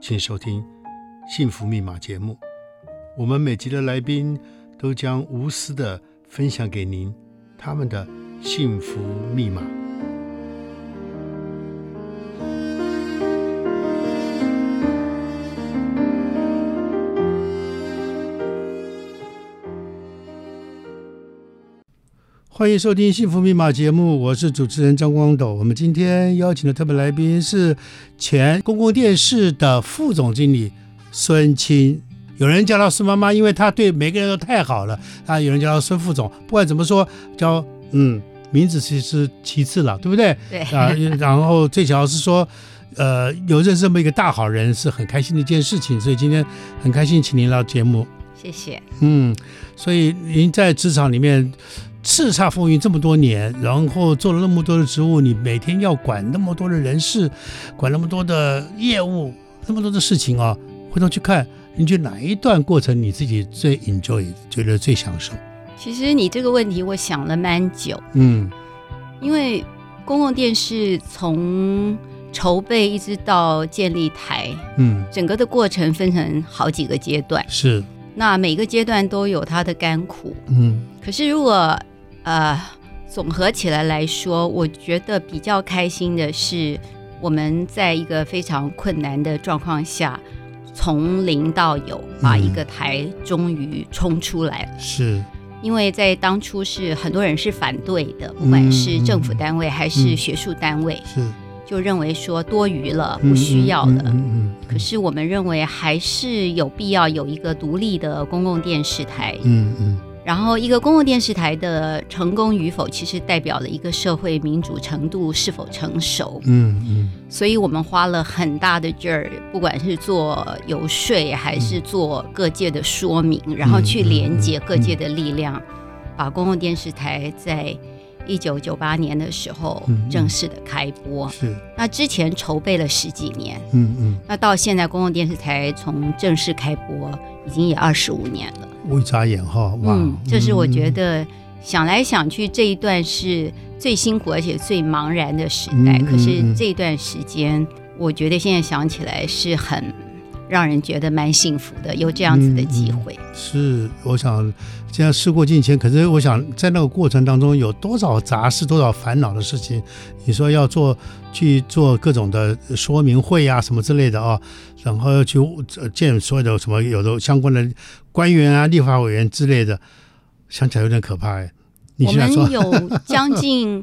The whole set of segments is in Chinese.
请收听《幸福密码》节目，我们每集的来宾都将无私的分享给您他们的幸福密码。欢迎收听《幸福密码》节目，我是主持人张光斗。我们今天邀请的特别来宾是前公共电视的副总经理孙青。有人叫他孙妈妈，因为他对每个人都太好了啊。有人叫他孙副总，不管怎么说，叫嗯名字其实其次了，对不 对？对啊，然后最主要是说，呃，有认识这么一个大好人是很开心的一件事情，所以今天很开心请您来节目。谢谢。嗯，所以您在职场里面叱咤风云这么多年，然后做了那么多的职务，你每天要管那么多的人事，管那么多的业务，那么多的事情啊，回头去看，你觉得哪一段过程你自己最 enjoy，觉得最享受？其实你这个问题我想了蛮久，嗯因为公共电视从筹备一直到建立台，嗯，整个的过程分成好几个阶段，是，那每个阶段都有它的甘苦。嗯可是如果呃总合起来来说，我觉得比较开心的是，我们在一个非常困难的状况下，从零到有，把一个台终于冲出来了。是，因为在当初是很多人是反对的，嗯不管是政府单位还是学术单位，是就认为说多余了，不需要嗯了。嗯可是我们认为还是有必要有一个独立的公共电视台。嗯嗯然后，一个公共电视台的成功与否，其实代表了一个社会民主程度是否成熟。嗯嗯所以我们花了很大的劲儿，不管是做游说，还是做各界的说明，然后去连接各界的力量，把公共电视台在一九九八年的时候嗯嗯正式的开播。是，那之前筹备了十几年，嗯嗯，那到现在公共电视台从正式开播已经也二十五年了。我一眨眼哈，哇，嗯，这是我觉得。得想来想去这一段是最辛苦而且最茫然的时代。嗯嗯可是嗯这一段时间，我觉得现在想起来是很让人觉得蛮幸福的，有这样子嗯的机会。是，我想这样事过境迁，可是我想在那个过程当中有多少杂事、多少烦恼的事情，你说要做去做各种的说明会啊什么之类的啊，然后要去呃见所有的什么有的相关的官员啊、立法委员之类的，想起来有点可怕哎。你我现在们说，有将近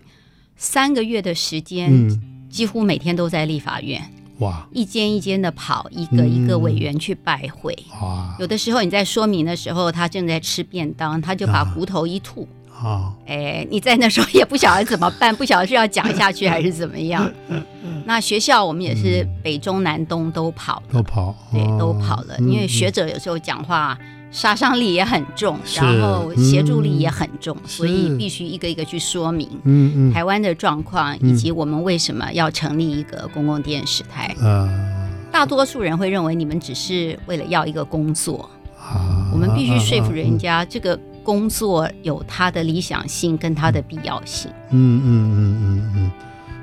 三个月的时间，嗯，几乎每天都在立法院，哇一间一间的跑，一个一个嗯委员去拜会。哇有的时候你在说明的时候，他正在吃便当，他就把啊骨头一吐，啊，哎，你在那时候也不晓得怎么办，不晓得是要讲下去还是怎么嗯样。嗯那学校我们也是北中南东都跑了，都跑，对，哦都跑了，嗯因为学嗯者有时候讲话杀伤力也很重，是嗯然后协助力也很重，所以是必须一个一个去说明嗯嗯台湾的状况，嗯以及我们为什么要成立一个公共电视台。呃大多数人会认为你们只是为了要一个工作，啊，嗯我们必须说服人家。家这个工作有它的理想性跟它的必要性。嗯嗯嗯嗯嗯，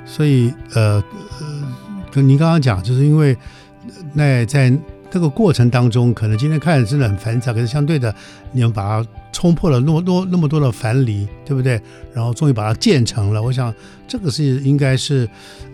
所以呃呃，跟您刚刚讲，就是因为呃那在这个过程当中，可能今天看真的很繁杂，可是相对的，你们把它冲破了那么多那么多的樊篱，对不对？然后终于把它建成了。我想这个是应该是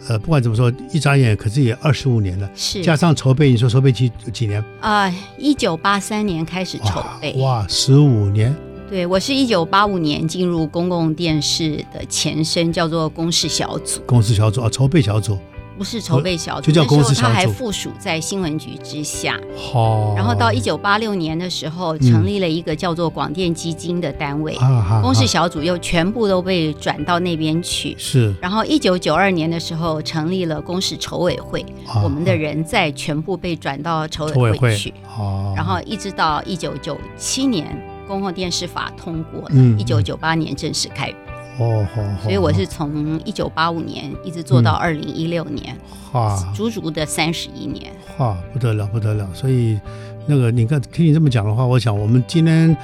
呃，不管怎么说，一眨眼可是也二十五年了，是加上筹备，你说筹备期几年？啊，一九八三年开始筹哇备。哇，十五年对我是一九八五年进入公共电视的前身，叫做公视小组。公司小组啊，筹备小组不是筹备小组，就叫那时候公司小组他还附属在新闻局之下。好。然后到一九八六年的时候，成立了一个叫做广电基金的单位，啊哈，公啊示小组又全部都被转到那边去。是然后一九九二年的时候，成立了公示筹委会，啊我们的啊人再全部被转到筹筹委委会会去。哦，然后一直到一九九七年公共电视法通过了，嗯一九九八年正式开播。哦，嗯好好所以我是从一九八五年一直做到二零一六年，哇足足的三十一年。哇不得了不得了，所以那个你看听你这么讲的话，我想我们今天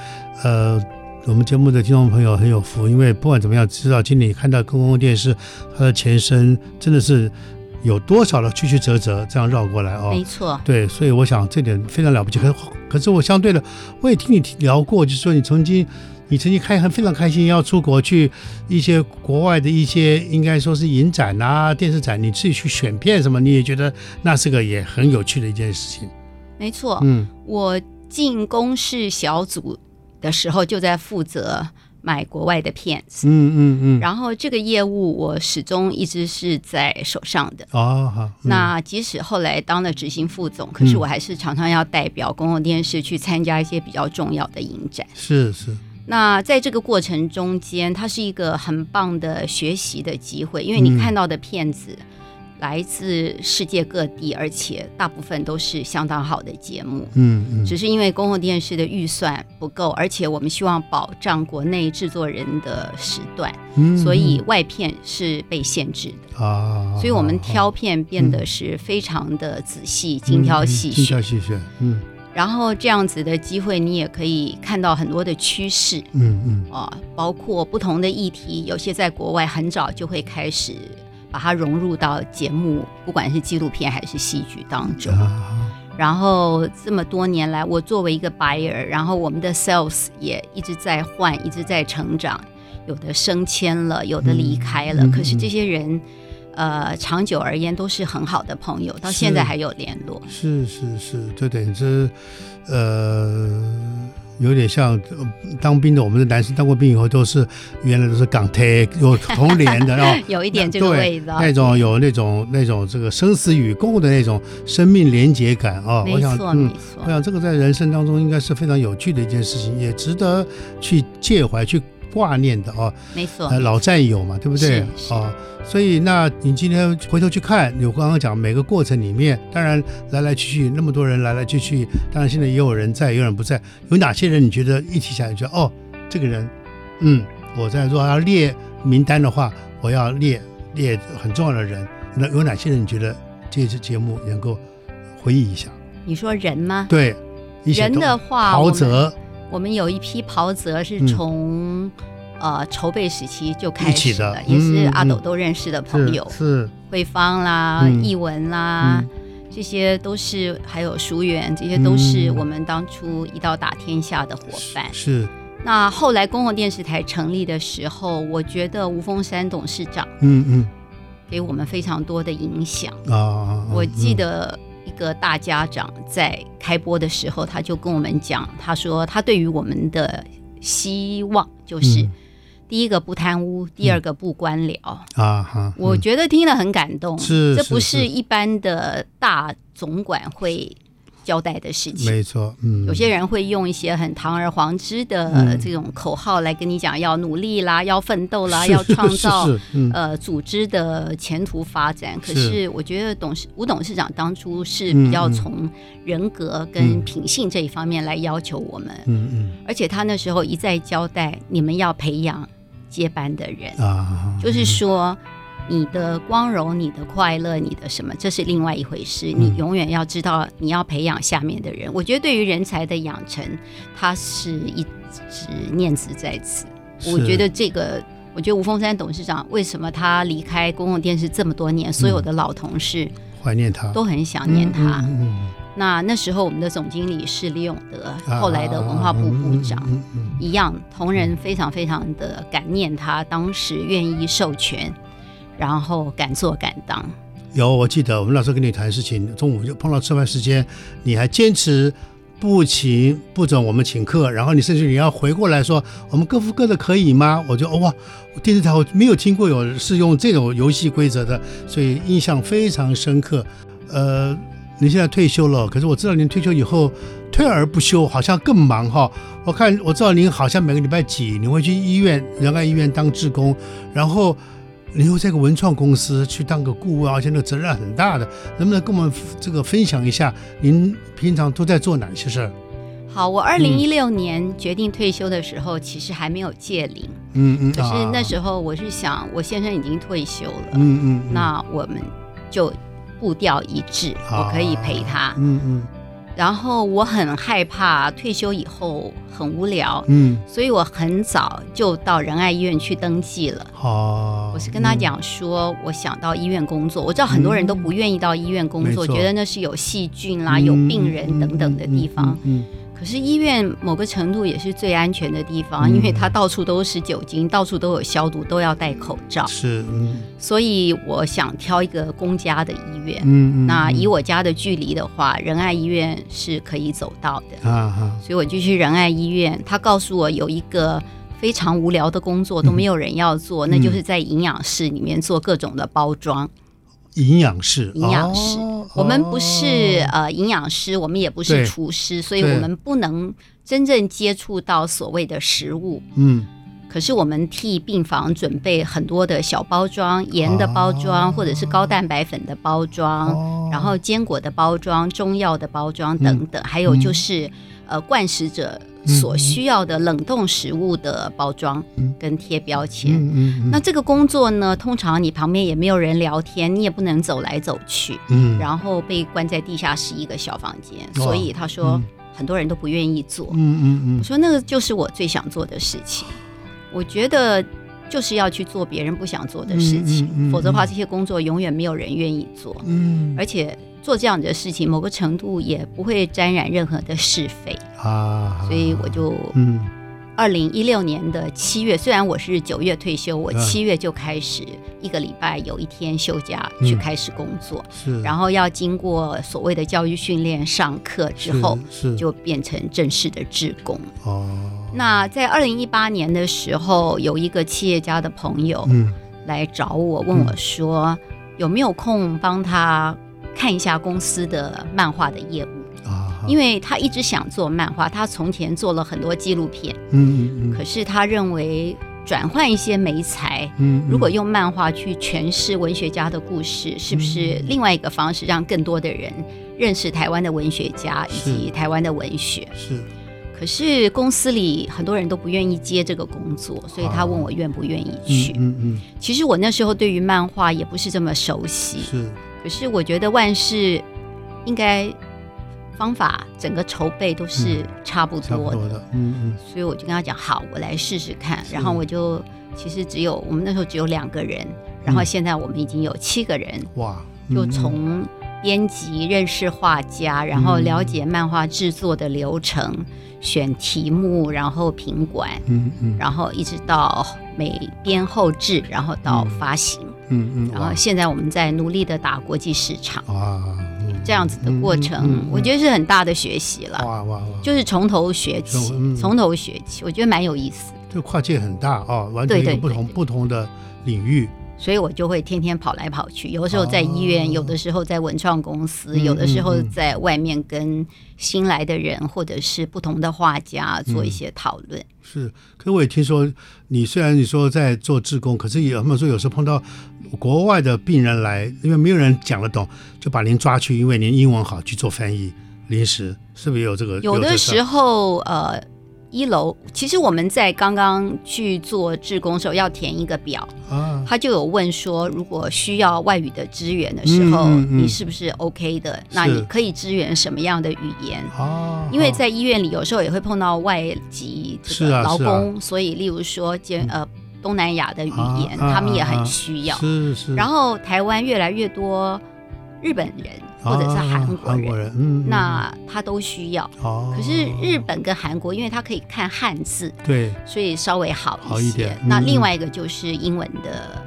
呃。我们节目的听众朋友很有福，因为不管怎么样，知道经理看到公共电视它的前身真的是有多少的曲曲折折这样绕过来哦。没错，对，所以我想这点非常了不起。可可是我相对的，我也听你提聊过，就是说你曾经，你曾经开很非常开心，要出国去一些国外的一些应该说是影展啊、电视展，你自己去选片什么，你也觉得那是个也很有趣的一件事情。没错。嗯，我进公示小组的时候，就在负责买国外的片子，嗯嗯嗯，然后这个业务我始终一直是在手上的。哦好，嗯那即使后来当了执行副总，可是嗯我还是常常要代表公共电视去参加一些比较重要的影展。是是，那在这个过程中间，它是一个很棒的学习的机会，因为你嗯看到的片子来自世界各地，而且大部分都是相当好的节目。嗯嗯，只是因为公共电视的预算不够，而且我们希望保障国内制作人的时段，嗯所以嗯外片是被限制的。啊，所以我们啊挑片变嗯得是非常的仔细、精挑细精挑选，细选，嗯然后这样子的机会，你也可以看到很多的趋势。嗯嗯，啊，包括不同的议题，有些在国外很早就会开始把它融入到节目，不管是纪录片还是戏剧当中。啊，然后这么多年来，我作为一个 buyer，然后我们的 sales 也一直在换，一直在成长，有的升迁了，有的离开了。嗯嗯可是嗯这些人，呃，长久而言都是很好的朋友，到是现在还有联络。是是是，这等于是，呃，有点像呃当兵的，我们的男生当过兵以后都是原来都是港 台有同连的，然后有一点这个对味道，那种有那种那种这个生死与共的那种生命连结感啊、我没想错，没嗯。错。我想这个在人生当中应该是非常有趣的一件事情，也值得去介怀、去挂念的啊。没错，呃，老战友嘛，对不对？是是啊，所以那你今天回头去看，有刚刚讲每个过程里面，当然来来去去那么多人来来去去，当然现在也有人在，也有人不在，有哪些人你觉得一提起来你觉得哦，这个人，嗯，我在如果要列名单的话，我要列列很重要的人，那有哪些人你觉得这次节目能够回忆一下？你说人吗？对，一些人都的话，陶我们喆我们有一批袍泽嗯是从、呃筹备时期就开一起始的也是嗯阿斗嗯都认识的是朋友，是慧芳啦、嗯艺文啦。嗯这些都是，还有淑媛，这些都是嗯我们当初一道打天下的伙伴。是，那后来公共电视台成立的时候，我觉得吴峰山董事长嗯嗯给我们非常多的影响。啊啊，啊我记嗯得一个大家长在开播的时候，他就跟我们讲，他说他对于我们的希望就是、嗯第一个不贪污，第二个不官僚。啊哈，我觉得听了很感动，是这是不是是一般的大总管会交代的事嗯情。没错，嗯，有些人会用一些很堂而皇之的嗯这种口号来跟你讲，要努力啦，要奋斗啦，是要创造是是是嗯呃组织的前途发展。可是是我觉得董事吴董事长当初是比较嗯嗯从人格嗯跟品性这一方面来要求我们，嗯而且他那时候一再交代，你们要培养接班的人，嗯啊，就是说。你的光荣、你的快乐、你的什么，这是另外一回事。你嗯永远要知道，你要培养下面的人。我觉得对于人才的养成，他是一直念兹在兹。我是觉得这个，我觉得吴凤山董事长为什么他离开公共电视这么多年，所有的老同事怀念他，都很想念他。嗯嗯那那时候我们的总经理是李永德，嗯后来的文化部部长。啊嗯嗯嗯一样，同仁非常非常的感念他当时愿意授权，然后敢做敢当。嗯有我记得我们那时候跟你谈事情，中午就碰到吃饭时间，你还坚持不请不准我们请客，然后你甚至你要回过来说我们各付各的可以吗？我就、哦、哇，电视台我没有听过有是用这种游戏规则的，所以印象非常深刻。呃，您现在退休了，可是我知道您退休以后退而不休，好像更忙哈。我看我知道您好像每个礼拜几你会去医院仁爱医院当志工，然后你又在个文创公司去当个顾问，而且那个责任很大的。能不能跟我们这个分享一下您平常都在做哪些事儿？好，我二嗯零一六年决定退休的时候，其实还没有届龄，嗯嗯，可是那啊时候我是想，我先生已经退休了，嗯嗯嗯那我们就步调一致，啊我可以陪他。嗯嗯然后我很害怕退休以后很无聊，嗯，所以我很早就到仁爱医院去登记了。好，我是跟他嗯讲说，我想到医院工作。我知道很多人都不愿意到医院工作，没错觉得那是有细菌嗯啦、有病人等等的地方。，嗯嗯嗯嗯嗯可是医院某个程度也是最安全的地方，嗯因为它到处都是酒精，到处都有消毒，都要戴口罩嗯。是，嗯所以我想挑一个公家的医院。嗯嗯，那以我我家的距离的话，仁爱医院是可以走到的，啊啊，所以我就去仁爱医院。他告诉我有一个非常无聊的工作都没有人要做，嗯那就是在营养室里面做各种的包装。哦营养师，营养师哦我们不是哦呃营养师，我们也不是对厨师，所以对我们不能真正接触到所谓的食物。嗯可是我们替病房准备很多的小包装，盐的包装，哦或者是高蛋白粉的包装，哦嗯然后坚果的包装、中药的包装等等，还有就是、呃灌食者所需要的冷冻食物的包装嗯跟贴标签。嗯嗯嗯，那这个工作呢，通常你旁边也没有人聊天，你也不能走来走去，嗯然后被关在地下室一个小房间，哇所以他说嗯很多人都不愿意做。嗯嗯我嗯说那个就是我最想做的事情，我觉得就是要去做别人不想做的事情，嗯嗯嗯否则的话嗯这些工作永远没有人愿意做，嗯，而且做这样的事情某个程度也不会沾染任何的是非，啊，哎所以我就嗯二零一六年的七月，虽然我是九月退休，我嗯七月就开始一个礼拜有一天休假嗯去开始工作，是，然后要经过所谓的教育训练、上课之是后，是就变成正式的职工。哦，那在二零一八年的时候，有一个企业家的朋友嗯来找我，问我说有没有空帮他看一下公司的漫画的业务，啊，因为为他一直想做漫画，他从前做了很多纪录片，嗯嗯嗯，可是他认为转换一些媒材。嗯如果用漫画去诠释文学家的故事，是不是嗯另外一个方式，让更多的人认识台湾的文学家以是及台湾的文学？是可是公司里很多人都不愿意接这个工作，所以他问我愿不愿意去。嗯嗯其实我那时候对于漫画也不是这么熟嗯悉，是可是我觉得万事应该方法整个筹备都是差不嗯差不多的，多的，嗯所以我就跟他讲好，我来试试看。是然后我就其实只有我们那时候只有两个人，然后现在我们已经有七个人，嗯哇，就嗯从编辑认识画家，然后了解漫画制作的流程、选题目，然后品管，嗯嗯然后一直到美编后制，然后到发行，嗯啊嗯，然后现在我们在努力的打国际市场，哇，这样子的嗯过程，我觉得是很大的学习得了。哇哇哇，就是从头学起，嗯从头学起，我觉得蛮有意思的，这跨界很大啊，完全对一个对不对同对不同的领域，所以我就会天天跑来跑去，有的时候在医院，哦有的时候在文创公司，嗯有的时候嗯嗯在外面跟新来的人或者是不同的画家嗯做一些讨论。是，可我也听说，你虽然你说在做志工，可是也他们说有时候碰到国外的病人来，因为没有人讲得懂，就把您抓去，因为您英文好去做翻译，临时是不是有这啊个？有的时候，候，呃，一楼其实我们在刚刚去做志工的时候要填一个表，啊，他就有问说，如果需要外语的支援的时候，嗯嗯嗯你是不是 OK 的？那你可以支援什么样的语言？啊，因为在医院里有时候也会碰到外籍这是个啊劳是工，啊所以例如说兼呃东南亚的语言，啊啊他们也啊很需要。是是，然后台湾越来越多日本人或者是啊韩国韩人，国人，嗯，嗯那他都需要。哦，可是日本跟韩国，因为他可以看汉字，对所以稍微好好一一些。点那嗯嗯另外一个就是英文的、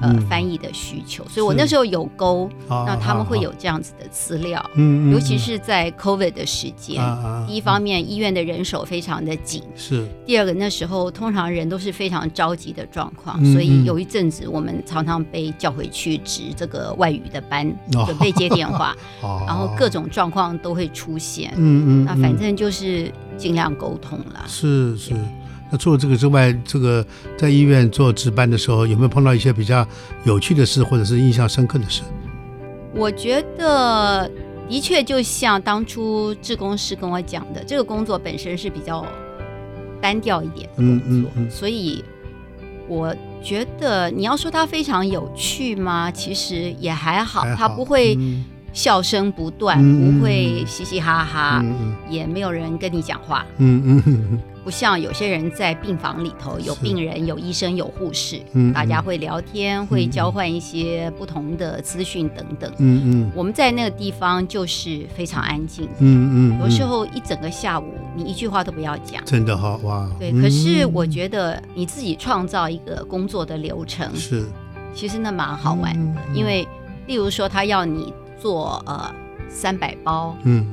呃、嗯翻译的需求，所是以我那时候有勾，啊那他们会，啊有这样子的资料，啊嗯，嗯尤其嗯是在 COVID 的时间。啊啊第一方面，医院的人手非常的紧；是第二个，那时候通常人都是非常着急的状况，嗯所以嗯有一阵子我们常常被叫回去值这个外语的班，哦准备接 电话，然然后各，种状况都会出现。哦嗯嗯，那反嗯正就是尽量沟通啦。是是。那除了这个之外，这个在医院做值班的时候，有没有碰到一些比较有趣的事，或者是印象深刻的事？我觉得的确就像当初志工师跟我讲的，这个工作本身是比较单调一点的工作，嗯嗯嗯所以我觉得你要说它非常有趣吗？其实也还好，还它好不会嗯笑声不断，嗯嗯嗯不会嘻嘻哈哈，嗯也没有人跟你讲话。嗯嗯嗯不像有些人在病房里头有是病人、有医生、有护士，嗯大家嗯会聊天，会交换一些不同的资讯等等。嗯嗯我们在那个地方就是非常安静，嗯嗯，有时嗯候一整个下午你一句话都不要讲。真的好哇。对，可是我得觉得你自己创造一个工作的流程，是其实那蛮好玩的。嗯嗯嗯因为，例如说他要你做呃三百包嗯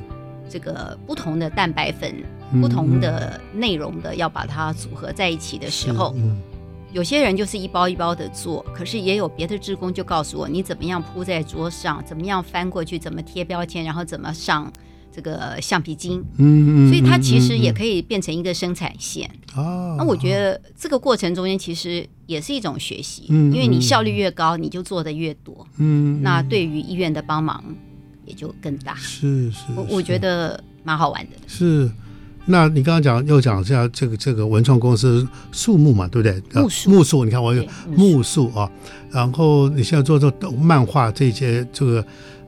这个不同的蛋白粉、嗯不同嗯的内容的，要把它组合在一起的时是候，嗯有些人就是一包一包的做，可是也有别的职工就告诉我，你怎么样铺在桌上，怎么样翻过去，怎么贴标签，然后怎么上这个橡皮筋，嗯嗯，所以它其实也以可以变成一个生产线。啊。那我觉得这个过程中间其实也是一种学习，嗯因为你效率越高，你就做的越多，嗯，嗯那嗯对于医院的帮忙也就更大。是是，我我是觉得蛮好玩的。是。那你刚刚讲又讲一下这个这个文创公司树木嘛，对不对？呃木树木树，你看我有对木树啊，然后你现在做这种漫画这些这个。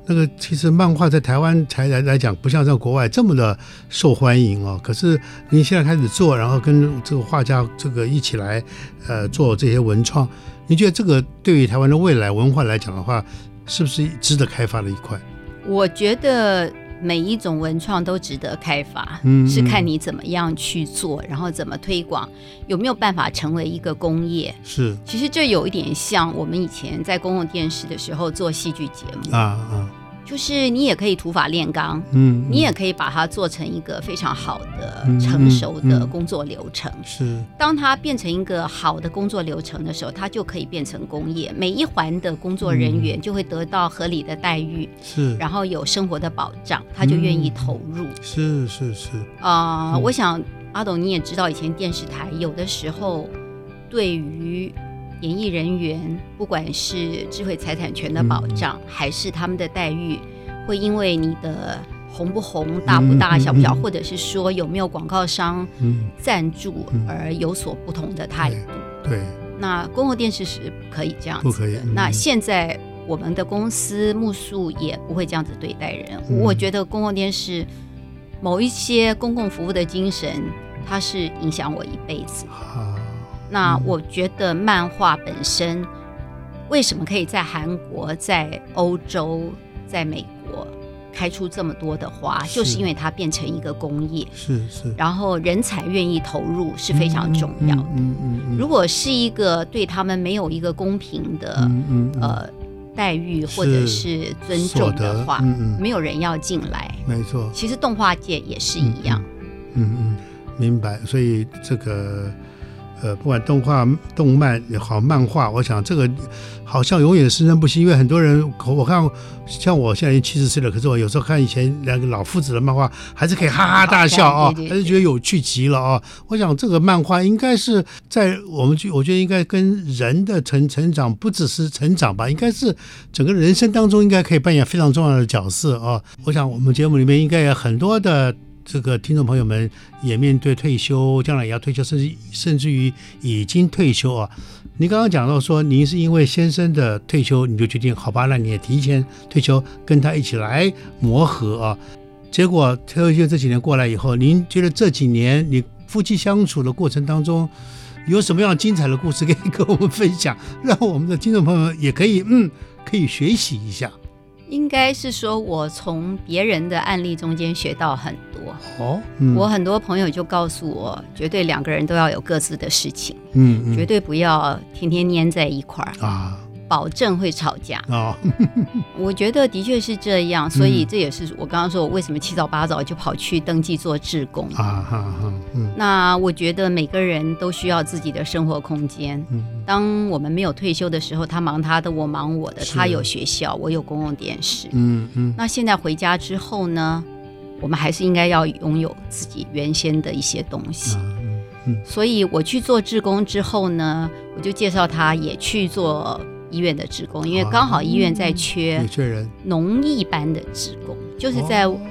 那个其实漫画在台湾才来来讲，不像在国外这么的受欢迎哦。可是您现在开始做，然后跟这个画家这个一起来，呃，做这些文创，您觉得这个对于台湾的未来文化来讲的话，是不是值得开发的一块？我觉得每一种文创都值得开发，嗯是嗯看你怎么样去做，然后怎么推广，有没有办法成为一个工业。是其实这有一点像我们以前在公共电视的时候做戏剧节目，啊啊，就是你也可以土法炼钢，嗯，你也嗯可以把它做成一个非常好的嗯、成熟的嗯工作流程。是当它变成一个好的工作流程的时候，它就可以变成工业。每一环的工作人嗯员就会得到合理的待遇，是然后有生活的保障，他就愿意投入。是是是，啊、嗯我想阿董你也知道，以前电视台有的时候对于演艺人员，不管是智慧财产权的保嗯障，还是他们的待遇，会因为你的红不红、大不大、嗯嗯小不小，嗯或者是说有没有广告商嗯，赞助嗯而有所不同的态度。对，那公共电视是不可以这样子的。不可以嗯那现在我们的公司木树也不会这样子对待人。嗯我觉得公共电视某一些公共服务的精神，它是影响我一辈子。啊，那我觉得漫画本身为什么可以在韩国、在欧洲、在美国开出这么多的花，是就是因为它变成一个工业，是是然后人才愿意投入是非常重要的。嗯嗯嗯，如果是一个对他们没有一个公平的、嗯嗯呃待遇或者是尊重的话，嗯嗯，没有人要进来。没错，其实动画界也是一样，嗯嗯，明白。所以这个呃，不管动画、动漫也好，漫画，我想这个好像永远生生不息，因为很多人，我看像我现在已经七十岁了，可是我有时候看以前两个老夫子的漫画，还是可以哈哈大笑啊、对对对还是觉得有趣极了啊、我想这个漫画应该是在我们去，我觉得应该跟人的成成长不只是成长吧，应该是整个人生当中应该可以扮演非常重要的角色啊。我想我们节目里面应该有很多的这个听众朋友们也面对退休，将来也要退休，甚至甚至于已经退休啊。您刚刚讲到说，您是因为先生的退休，你就决定好吧，那你也提前退休，跟他一起来磨合啊。结果退休这几年过来以后，您觉得这几年你夫妻相处的过程当中，有什么样精彩的故事可以跟我们分享，让我们的听众朋友们也可以嗯，可以学习一下应该是说我从别人的案例中间学到很多。哦。嗯我很多朋友就告诉我，绝对两个人都要有各自的事情，嗯嗯绝对不要天天粘在一块儿，啊，保证会吵架。啊，我觉得的确是这样，所以嗯这也是我刚刚说我为什么七早八早就跑去登记做志工。啊哈哈，嗯那我觉得每个人都需要自己的生活空间。嗯当我们没有退休的时候，他忙他的，我忙我的，是他有学校，我有公共电视。嗯嗯，那现在回家之后呢，我们还是应该要拥有自己原先的一些东西。嗯所以我去做志工之后呢，我就介绍他也去做医院的志工，因啊为刚好医院在缺有些人农艺班的志工，就是在、哦嗯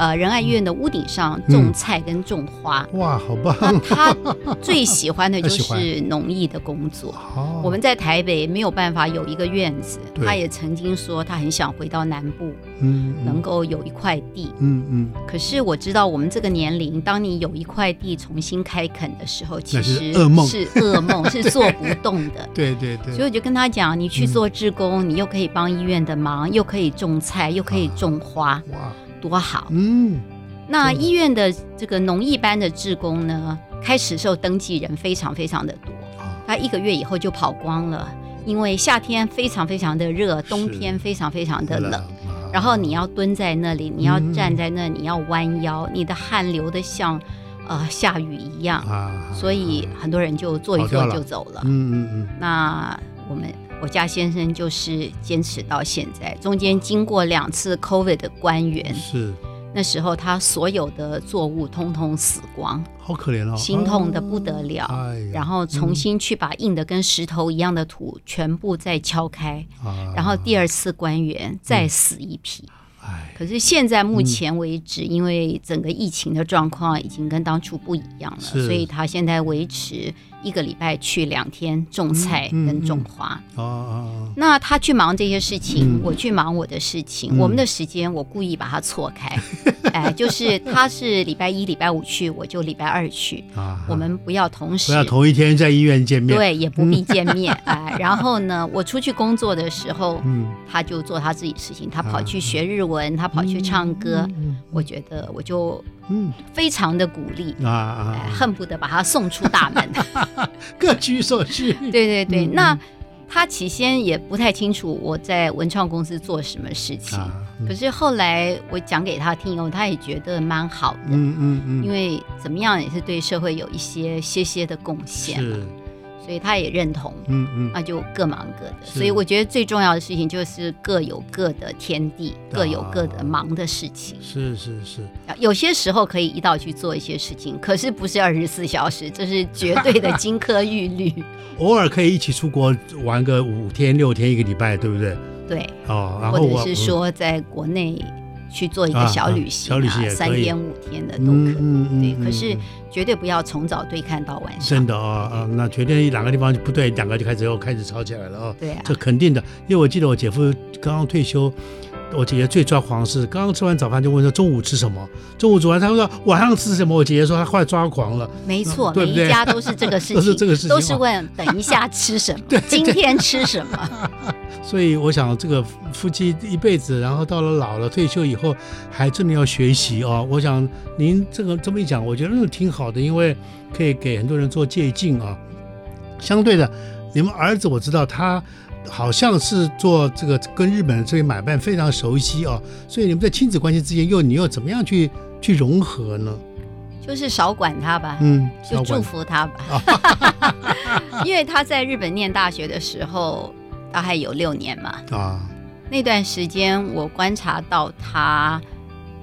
呃仁爱医院的屋顶上种菜跟种花。哇，好那棒，他最喜 欢的就喜欢是农艺的工作。好，我们在台北没有办法有一个院子，嗯对他也曾经说他很想回到南部，嗯能够有一块地。嗯嗯，嗯可是我知道，我们这个年龄，当你有一块地重新开垦的时候，其那实是噩梦是噩 梦，是做不动的。对对对，嗯所以我就跟他讲，你去做志工，你又可以帮医院的忙，又可以种菜，又可啊以种花，哇，多好！嗯那真的医院的这个农艺班的志工呢，开始时候登记人非常非常的多，啊，他一个月以后就跑光了，因为夏天非常非常的热，冬天非常非常的冷。啊然后你要蹲在那里，你要嗯站在那，你要弯腰，你的汗流的像呃下雨一样，啊，所以很多人就坐一跑掉坐了就走了。嗯嗯那我们我家先生就是坚持到现在，中间经过两次 COVID 的官员嗯，，是，那时候他所有的作物通通死光，好可怜哦，心痛的不得了。啊，哎呀然后重新去把硬的跟石头一样的土全部再敲开，啊，然后第二次官员再死一批。哎，可是现在目前为止，因为整个疫情的状况已经跟当初不一样了，是所以他现在维持一个礼拜去两天种菜嗯嗯跟种花。啊啊，那他去忙这些事情，嗯我去忙我的事情。嗯我们的时间我故意把它错开， 哎，就是他是礼拜一、礼拜五去，我就礼拜二去。啊啊，我们不要同时不要同一天在医院见面，，对，也不必见面哎。然后呢，我出去工作的时候，嗯，啊他就做他自己的事情，他跑去学日文，他跑去唱歌。嗯我觉得我就嗯非常的鼓励，啊哎啊，恨不得把他送出大 门。各取所需，对对对，嗯那他起先也不太清楚我在文创公司做什么事情，啊，嗯可是后来我讲给他听以后，他也觉得蛮好的。嗯嗯嗯，因为怎么样也是对社会有一些些些的贡献，是，所以他也认同。嗯嗯，那就各忙各的。是所以我觉得最重要的事情就是各有各的天地，啊各有各的忙的事情。是是是，有些时候可以一道去做一些事情，可是不是二十四小时，这是绝对的金科玉 律。偶尔可以一起出国玩个五天六天一个礼拜，对不对？对，哦，然或后者我是说在国内去做一个啊小旅行、啊啊，小旅行也可以三天五天的都嗯可以。嗯嗯，对，嗯可是嗯绝对不要从早对看到晚上。真的啊、啊，那决定两个地方就不对，两个就开始又开始吵起来了啊、对啊，这肯定的，因为我记得我姐夫刚刚退休，我姐姐最抓狂是刚刚吃完早饭就问说中午吃什么，中午煮完她说晚上吃什么，我姐姐说她快抓狂了。没错，嗯对每不一对家都是这 个事情，都是这个事情都是问等一下吃 什么，今天吃什么。 所以我想，这个夫夫妻一辈子，然后到了老了退休以后，还真的要学习啊、我想您这个这么一讲，我觉得嗯挺好的，因为可以给很多人做借鉴啊。相对的，你们儿子我知道他好像是做这个跟日本这边买办非常熟悉啊，所以你们在亲子关系之间又你又怎么样去去融合呢？就是少管他吧，嗯，就稍祝晚福他吧。 因为他在日本念大学的时候，大概有六年嘛，啊，那段时间我观察到他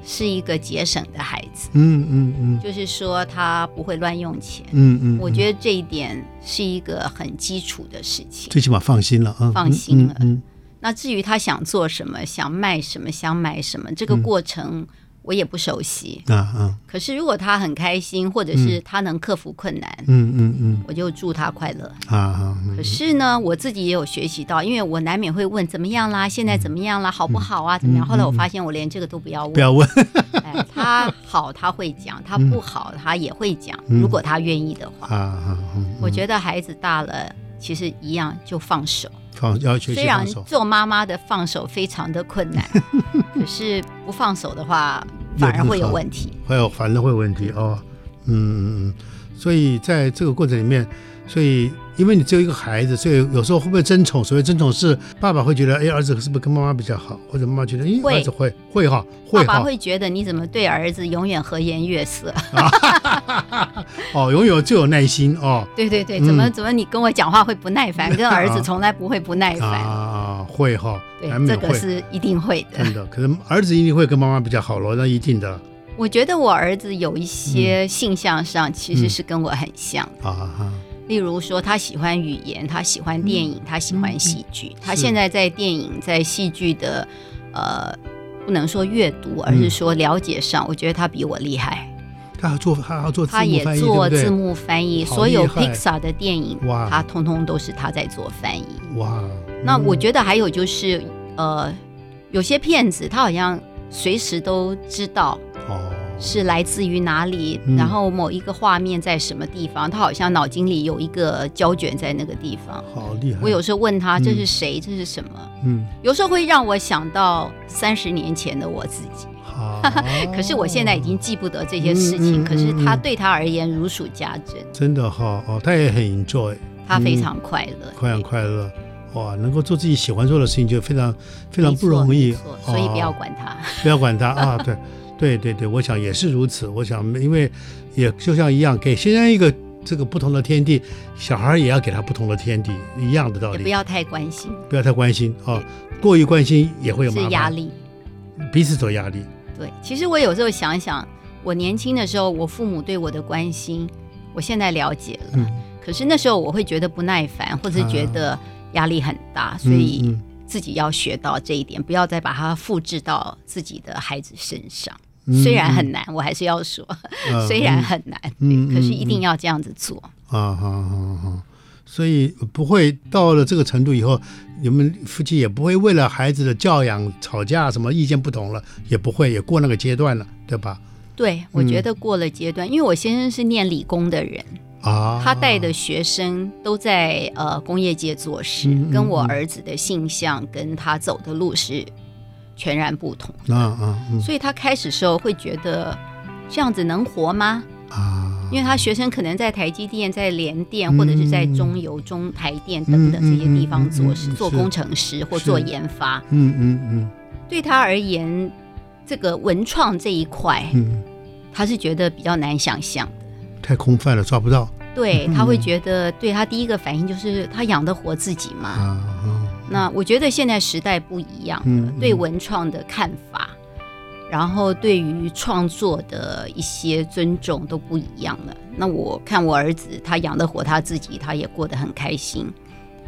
是一个节省的孩子，嗯嗯嗯就是说他不会乱用钱。嗯嗯，我觉得得这一点是一个很基础的事情。最起码放心了啊，放心了嗯嗯那至于他想做什么、想卖什么、想买什么，这个嗯过程我也不熟悉。嗯啊啊，可是如果他很开心，或者是他能克服困难，嗯嗯嗯我就祝他快乐。啊啊，嗯可是呢，我自己也有学习到，因为我难免会问怎么样啦，现在怎么样啦，好不好啊，怎么样？嗯后来我发现我连这个都不要问，不要问。 哎，他好他会讲，他不好他也会讲，嗯如果他愿意的话。啊啊！嗯我嗯觉得孩子大了，其实一样就放手。放要学习虽然放手，做妈妈的放手非常的困 难，可是不放手的话，反而会有问题。嗯会有反正会有问题哦。嗯嗯嗯，所以在这个过程里面，所以，因为你只有一个孩子，所以有时候会不会争宠？所谓争宠是爸爸会觉得，哎，儿子是不是跟妈妈比较好？或者妈妈觉得，咦，会儿子会会哈，爸会爸哈，会觉得你怎么对儿子永远和颜悦色？ 哦，永远就有耐心哦对对对，嗯怎么怎么你跟我讲话会不 耐烦，跟儿子从来不会不耐烦。啊，会哈，对难，免会这嗯个是一定会的。真的。可能儿子一定会跟妈妈比较好咯，那一定的我觉得我儿子有一嗯些性向上其实是跟我很像，啊哈，例如说他喜欢语言，他喜欢嗯电影，他喜欢戏剧。他是现在在电影、在戏剧的呃，不能说阅读，而嗯是说了解上，我觉得他比我厉害。他还做他还要做字他幕也翻译，对不做对字幕翻译，好所有厉害 Pixar 的电影，哇他通通都是他在做翻译。哇，那嗯我觉得还有就是，呃，有些片子他好像随时都知道哦是来自于哪里，嗯然后某一个画面在什么地方，他好像脑筋里有一个胶卷在那个地方。好厉害，我有时候问他嗯这是谁，这是什么， 嗯，有时候会让我想到三十年前的我自己。，好可是我现在已经记不得这些事嗯情，嗯嗯可是他嗯嗯对他而言如数家珍，真的哈哦，他也很 enjoy。他非常快乐。嗯快很快乐，哇，能够做自己喜欢做的事情就非常非没常错不容易没错，所以不要哦管他。不要管他啊， 对对对对，我想也是如此，我想因为也就像一样，给先生一个这个不同的天地，小孩也要给他不同的天地，一样的道也理，不要太关心，不要太关心啊，过于关心也会有麻是烦，压，力。彼此都有压力，对，其实我有时候想想，我年轻的时候，我父母对我的关心，我现在了解了。嗯，啊可是那时候我会觉得不耐烦，或者觉得压力很大，所嗯以嗯自己要学到这一点，不要再把它复制到自己的孩子身上。嗯虽然很难，我还是要说，呃虽然很难，嗯嗯对可是一嗯定要这样子做。啊哈哈哈！所以不会到了这个程度以后，你们夫妻也不会为了孩子的教养吵架，什么意见不同了，也不会，也过那个阶段了，对吧？对，我觉得过了阶段，因为我先生是念理工的人，啊，他带的学生都在呃工业界做事，嗯嗯跟我嗯儿子的性向跟他走的路是全然不同，啊啊嗯所以他开始时候会觉得这样子能活吗？啊，因为他学生可能在台积电、在联电或者是在中油、中台电等等这些地方做事，嗯嗯嗯嗯嗯嗯做是工程师或做研发，嗯嗯对他而言，这个文创这一块嗯嗯，他是觉得比较难想象。太空泛了，抓不到对嗯他会觉得，对他第一个反应就是他养得活自己啊吗？啊那我觉得现在时代不一样了，嗯嗯对文创的看法，然后对于创作的一些尊重都不一样了。那我看我儿子他养得活他自己，他也过得很开心，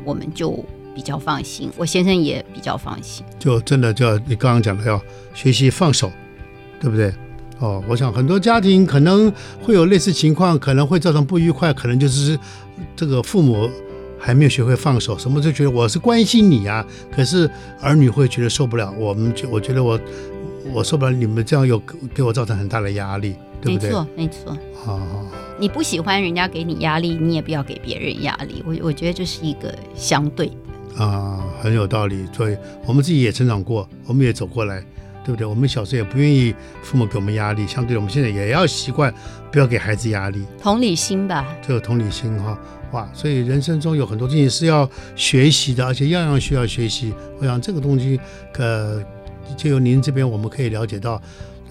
我们就比较放心，我先生也比较放心。就真的就要你刚刚讲的要学习放手，对不对？哦，我想很多家庭可能会有类似情况，可能会造成不愉快，可能就是这个父母还没有学会放手，什么就觉得我是关心你啊，可是儿女会觉得受不了，我们就我觉得我我受不了你们这样有给我造成很大的压力，对没不对？哦错，没错。啊，你不喜欢人家给你压力，你也不要给别人压力。我我觉得这是一个相对啊，很有道理。所以我们自己也成长过，我们也走过来，对不对？我们小时候也不愿意父母给我们压力，相对的我们现在也要习惯不要给孩子压力，同理心吧。这有同理心哈。哇，所以人生中有很多事情是要学习的，而且样样需要学习。我想这个东西，呃，就由您这边我们可以了解到，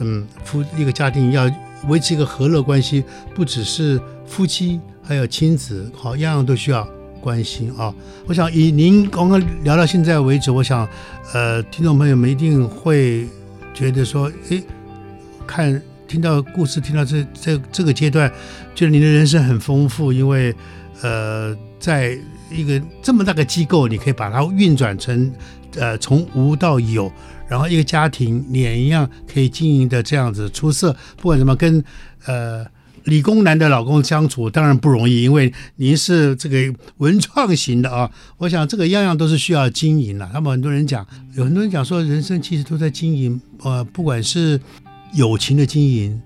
嗯，夫一个家庭要维持一个和乐关系，不只是夫妻，还有亲子，好，样样都需要关心啊。我想以您刚刚聊到现在为止，我想，呃，听众朋友们一定会觉得说，诶，看听到故事，听到这这这个阶段，觉得您的人生很丰富，因为，呃，在一个这么大个机构，你可以把它运转成，呃，从无到有，然后一个家庭你也一样可以经营的这样子出色，不管怎么跟，呃。理工男的老公相处当然不容易，因为您是这个文创型的啊。我想这个样样都是需要经营的、他们很多人讲，有很多人讲说，人生其实都在经营，呃，不管是友情的经营，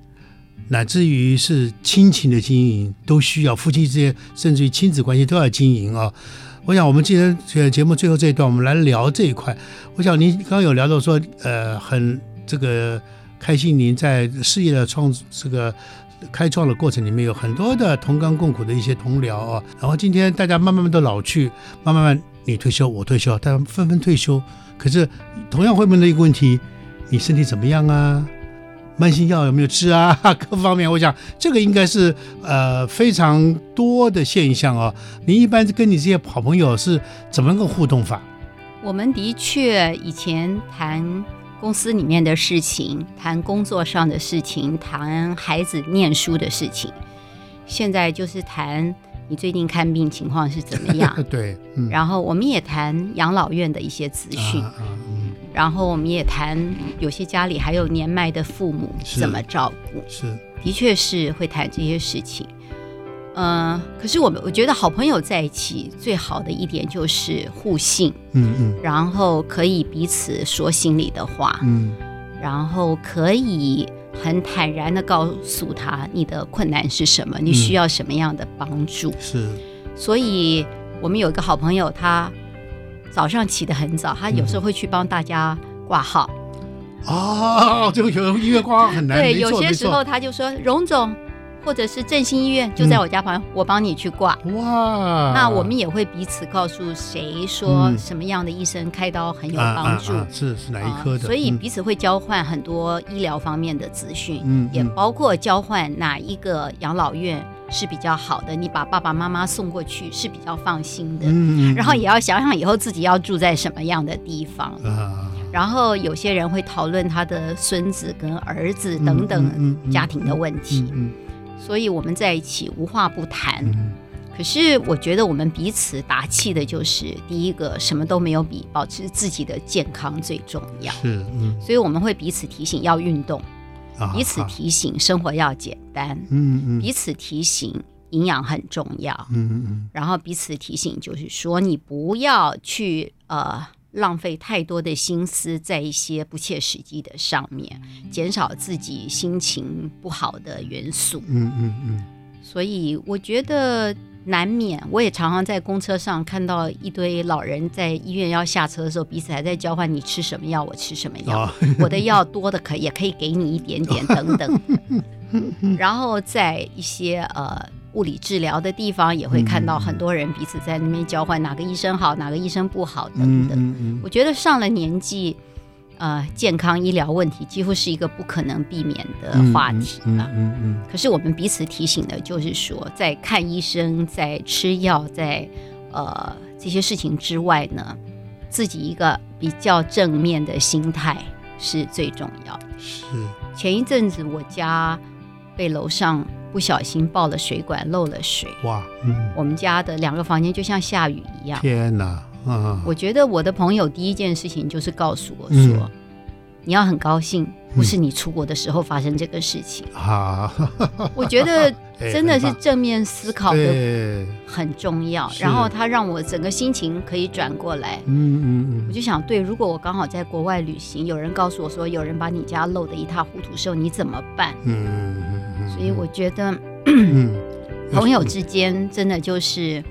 乃至于是亲情的经营，都需要夫妻之间，甚至于亲子关系都要经营啊。我想，我们今天这个节目最后这一段，我们来聊这一块。我想您刚刚有聊到说，呃，很这个开心您在事业的创这个开创的过程里面，有很多的同甘共苦的一些同僚啊。然后今天大家慢慢慢都老去，慢慢慢你退休，我退休，大家纷纷退休。可是同样会面的一个问题，你身体怎么样啊？慢性药有没有吃啊？ 各方面，我想这个应该是呃非常多的现象啊、您一般跟你这些好朋友是怎么个互动法？，我们的确以前谈公司里面的事情，谈工作上的事情，谈孩子念书的事情，现在就是谈你最近看病情况是怎么样 对，嗯，然后我们也谈养老院的一些资讯，啊啊嗯，然后我们也谈有些家里还有年迈的父母是怎么照顾，是的确是会谈这些事情。嗯、可是我们我觉得好朋友在一起最好的一点就是互信，嗯嗯然后可以彼此说心里的话，嗯然后可以很坦然的告诉他你的困难是什么，你嗯需要什么样的帮助。是所以我们有一个好朋友，他早上起得很早，他有时候会去帮大家挂号。哦，这个有音乐光很难，对，嗯没有错些没时错候他就说：“荣总，或者是振兴医院就在我家旁嗯边，我帮你去挂。”啊哇，那我们也会彼此告诉谁说嗯什么样的医生开刀很有啊帮助，啊啊是是哪一科的？所以嗯彼此会交换很多医疗方面的资讯，嗯也嗯包括交换哪一个养老院是比较好的，你把爸爸妈妈送过去是比较放心的。嗯嗯然后也要想想以后自己要住在什么样的地方。嗯啊，然后有些人会讨论他的孙子跟儿子嗯等嗯嗯等嗯家庭的问题，嗯所以我们在一起无话不谈。嗯嗯，可是我觉得我们彼此打气的就是，第一个什么都没有比保持自己的健康最重要。是嗯所以我们会彼此提醒要运动，啊，彼此啊提醒生活要简单，嗯嗯彼此提醒营养很重要，嗯嗯然后彼此提醒就是说你不要去呃浪费太多的心思在一些不切实际的上面，嗯减少自己心情不好的元素。嗯嗯嗯所以我觉得难免，我也常常在公车上看到一堆老人在医院要下车的时候，彼此还在交换你吃什么药，我吃什么嗯药，啊，我的药多的可也可以给你一点点等 等。然后在一些呃。物理治疗的地方也会看嗯到很多人彼此在那边交换哪个医生好，哪个医生不好等嗯等。嗯嗯我觉得上了年纪，呃，健康医疗问题几乎是一个不可能避免的嗯话嗯题吧。嗯嗯嗯可是我们彼此提醒的就是说，在看医生、在吃药、在呃这些事情之外呢，自己一个比较正面的心态是最重要的。嗯是前一阵子我家被楼上不小心爆了水管，漏了水，哇嗯我们家的两个房间就像下雨一样。天哪啊我觉得我的朋友第一件事情就是告诉我说，嗯你要很高兴，不是你出国的时候发生这个事情。啊，我觉得哎真的很是棒正面思考的对，很重要，是然后它让我整个心情可以转过来。嗯我嗯就想，对，如果我刚好在国外旅行，有人告诉我说有人把你家漏得一塌糊涂的时候，你怎么办？嗯嗯嗯，所以我觉得嗯朋友之间真的就是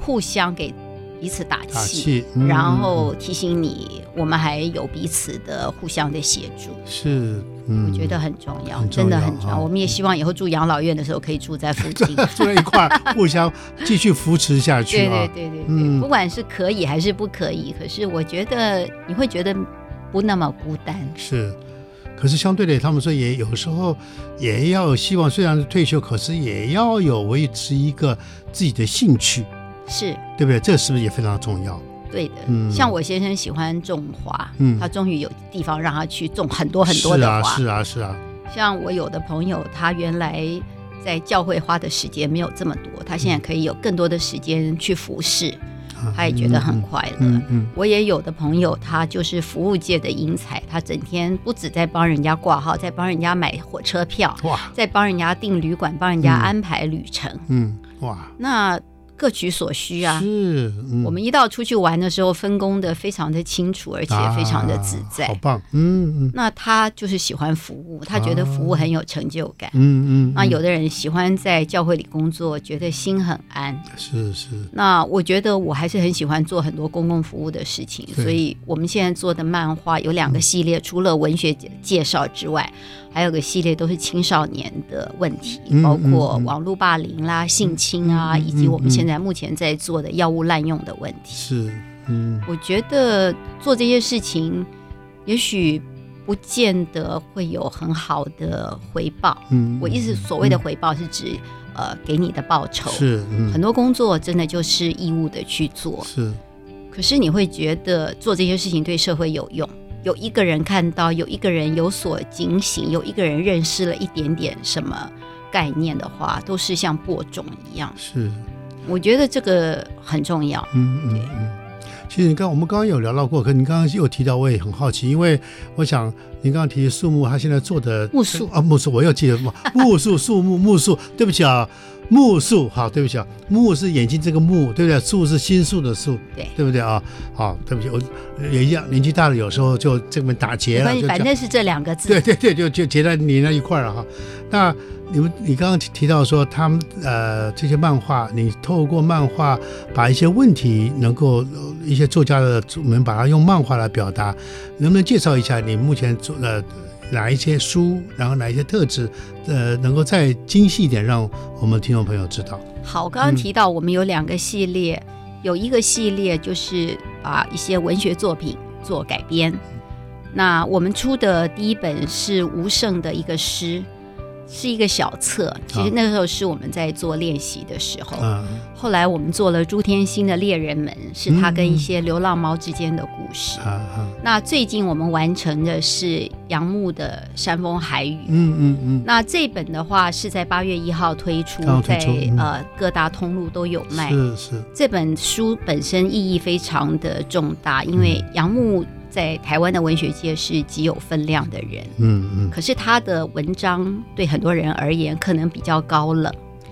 互相给彼此打打气，气，嗯然后提醒你，我们还有彼此的互相的协助，是嗯，我觉得很重要，很重真要的很重要。啊我们也希望以后住养老院的时候可以住在附 近。坐在一块儿互相继续扶持下去对啊对。对对对，嗯不管是可以还是不可以，可是我觉得你会觉得不那么孤单。是，可是相对的，他们说也有时候也要有希望，虽然是退休，可是也要有维持一个自己的兴趣，是对不对？这是不是也非常重要？对的，嗯像我先生喜欢种花，嗯他终于有地方让他去种很多很多是的啊，花。是啊，是啊，像我有的朋友，他原来在教会花的时间没有这么多，他现在可以有更多的时间去服侍，啊他也觉得很快乐。嗯嗯我也有的朋友，他就是服务界的英才，他整天不止在帮人家挂号，在帮人家买火车票，嗯，哇，在帮人家订旅馆，帮人家嗯安排旅程。嗯哇，那各取所需啊。是，嗯我们一道出去玩的时候，分工的非常的清楚，而且非常的自在。啊好棒，嗯嗯那他就是喜欢服务，他觉得服啊务很有成就感。嗯嗯，那有的的人喜欢在教会里工作，觉得心很安。是是，那我觉得我还是很喜欢做很多公共服务的事情，对所以我们现在做的漫画有嗯两个系列，除了文学介介绍之外，还有个系列都是青少年的问题，嗯包括嗯嗯网络霸凌啦、性侵啊，嗯嗯以及我嗯们现在目前在做的药物滥用的问题。是，嗯，我觉得做这些事情，也许不见得会有很好的回报。嗯，我意思，所谓的回报是指，呃，给你的报酬。是，嗯，很多工作真的就是义务的去做，是，可是你会觉得做这些事情对社会有用，有一个人看到，有一个人有所警醒，有一个人认识了一点点什么概念的话，都是像播种一样。是，我觉得这个很重要。嗯嗯嗯。其实你刚我们刚刚有聊到过，可你刚刚又提到，我也很好奇，因为我想您刚刚提树木，他现在做的木树啊，木树，我又记得木木树树木木树，对不起啊，木树，好，对不起啊，木是眼睛这个木，对不对？树是新树的树，对对不对啊？好，对不起，我也一样，年纪大了，有时候就这么打结没了，就这关系，样反正是这两个字。对对对，就就结在你那一块儿了哈。那你们，你刚刚提提到说他们呃这些漫画，你透过漫画把一些问题能够呃一些作家的我们把它用漫画来表达，能不能介绍一下你目前做的哪一些书，然后哪一些特质，呃，能够再精细一点，让我们听众朋友知道？好，我刚刚提到我们有两个系列，有一个系列就是把一些文学作品做改编。那我们出的第一本是吴胜的一个诗，是一个小册。其啊实那时候是我们在做练习的时候，嗯后来我们做了朱天心的《猎人们》，是他跟一些流浪猫之间的故事。啊啊，那最近我们完成的是杨牧的《山风海雨》，嗯嗯嗯，那这本的话是在八月一号推出，刚好推在出嗯呃各大通路都有卖。是是，这本书本身意义非常的重大，因嗯为杨牧在台湾的文学界是极有分量的人，嗯嗯，可是他的文章对很多人而言可能比较高冷，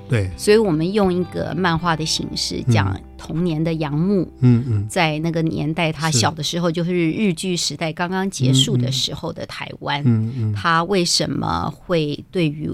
对，所以我们用一个漫画的形式讲童年的杨牧。嗯嗯在那个年代，他是小的时候就是日剧时代刚刚结束的时候的台湾，嗯嗯，他为什么会对于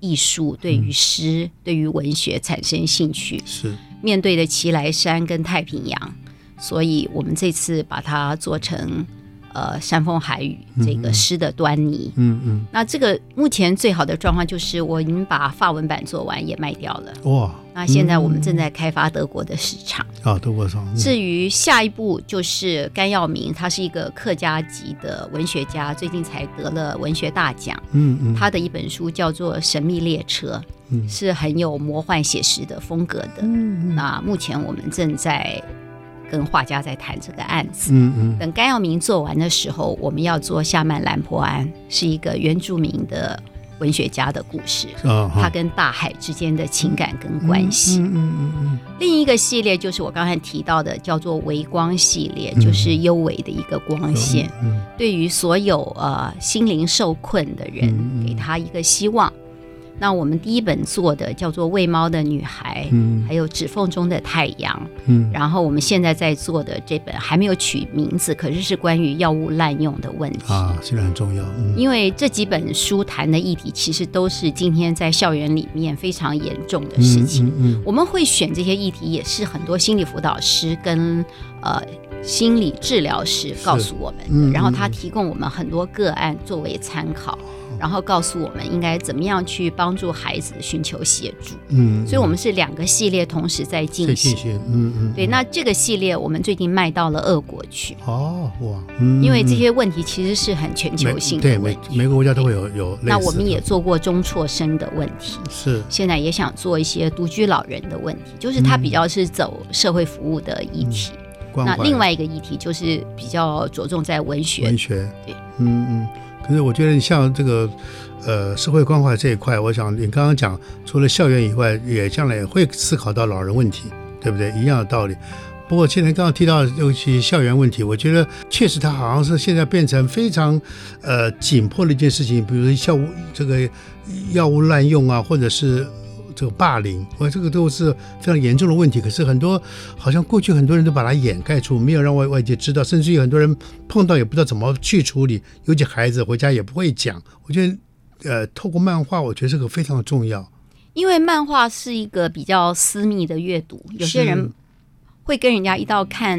艺术、对于诗、对于文学产生兴趣？是面对的祁来山跟太平洋，所以我们这次把它做成呃山风海雨这个诗的端倪。嗯嗯，那这个目前最好的状况就是我已经把法文版做完，也卖掉了。哇，那现在我们正在开发德国的市场。啊，德国上至于下一步就是甘耀明，他是一个客家籍的文学家，最近才得了文学大奖。嗯嗯，他的一本书叫做《神秘列车》，嗯是很有魔幻写实的风格的。嗯那目前我们正在跟画家在谈这个案子。嗯嗯等甘耀明做完的时候，我们要做夏曼兰坡安，是一个原住民的文学家的故事，啊，他哈跟大海之间的情感跟关系。嗯嗯嗯另一个系列就是我刚才提到的，叫做微光系列，嗯就是幽微的一个光嗯，线，嗯，对于所有呃心灵受困的人，嗯嗯给他一个希望。那我们第一本做的叫做《喂猫的女孩》，嗯还有《指缝中的太阳》，嗯然后我们现在在做的这本还没有取名字，可是是关于药物滥用的问题。啊，现在很重要，嗯因为这几本书谈的议题，其实都是今天在校园里面非常严重的事情。嗯我们会选这些议题，也是很多心理辅导师跟呃心理治疗师告诉我们的，嗯嗯然后他提供我们很多个案作为参考，嗯然后告诉我们应该怎么样去帮助孩子寻求协助。嗯，所以，我们是两个系列同时在最进进行。行，嗯嗯，对，那这个系列我们最近卖到了俄国去，哦哇，嗯，因为这些问题其实是很全球性对的问每题。每个国家都会有有，那我们也做过中辍生的问题。是现在也想做一些独居老人的问题，就是它比较是走社会服务的议题。嗯关那怀另外一个议题就是比较着重在文学，文学，嗯嗯。可是我觉得你像这个，呃，社会关怀这一块，我想你刚刚讲，除了校园以外，也将来也会思考到老人问题，对不对？一样的道理。不过现在刚刚提到，尤其校园问题，我觉得确实它好像是现在变成非常，呃，紧迫的一件事情。比如说药物这个药物滥用啊，或者是这这个霸凌，我这个都是非常严重的问题。可是很多呃好像过去很多人都把它掩盖住，没有让外外界知道，甚至有很多人碰到也不知道怎么去处理，尤其孩子回家也不会讲。我觉得，呃，透过漫画，我觉得这个非常重要。因为漫画是一个比较私密的阅读，有些是人会跟人家一道看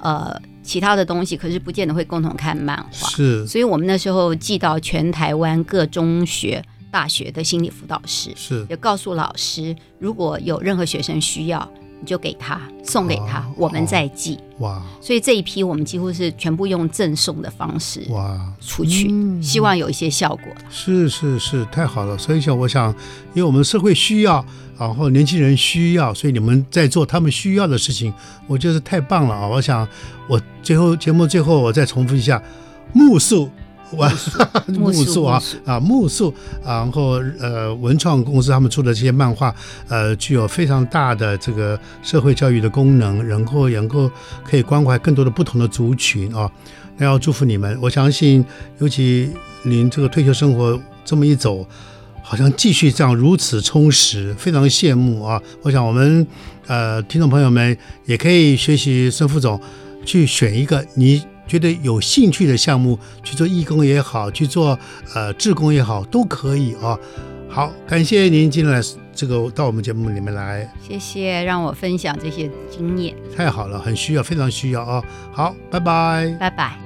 呃其他的东西，可是不见得会共同看漫画。是所以我们那时候寄到全台湾各中学、大学的心理辅导师，是也告诉老师，如果有任何学生需要，你就给他送给他，哦我们再寄。哇所以这一批我们几乎是全部用赠送的方式哇，出去，嗯希望有一些效果。是是是，太好了！所以想，我想，因为我们社会需要，然后年轻人需要，所以你们在做他们需要的事情，我觉得太棒了啊！我想，我最后节目最后我再重复一下，木素。 哇，木素素啊木素啊木素，然后呃文创公司他们出的这些漫画，呃具有非常大的这个社会教育的功能，然后能够可以关怀更多的不同的族群啊。那要祝福你们，我相信，尤其您这个退休生活这么一走，好像继续这样如此充实，非常羡慕啊！我想我们呃听众朋友们也可以学习孙副总，去选一个你觉得有兴趣的项目去做义工也好，去做呃志工也好，都可以啊。好，感谢您今天来这个到我们节目里面来，谢谢让我分享这些经验，太好了，很需要，非常需要啊！好，拜拜。拜拜。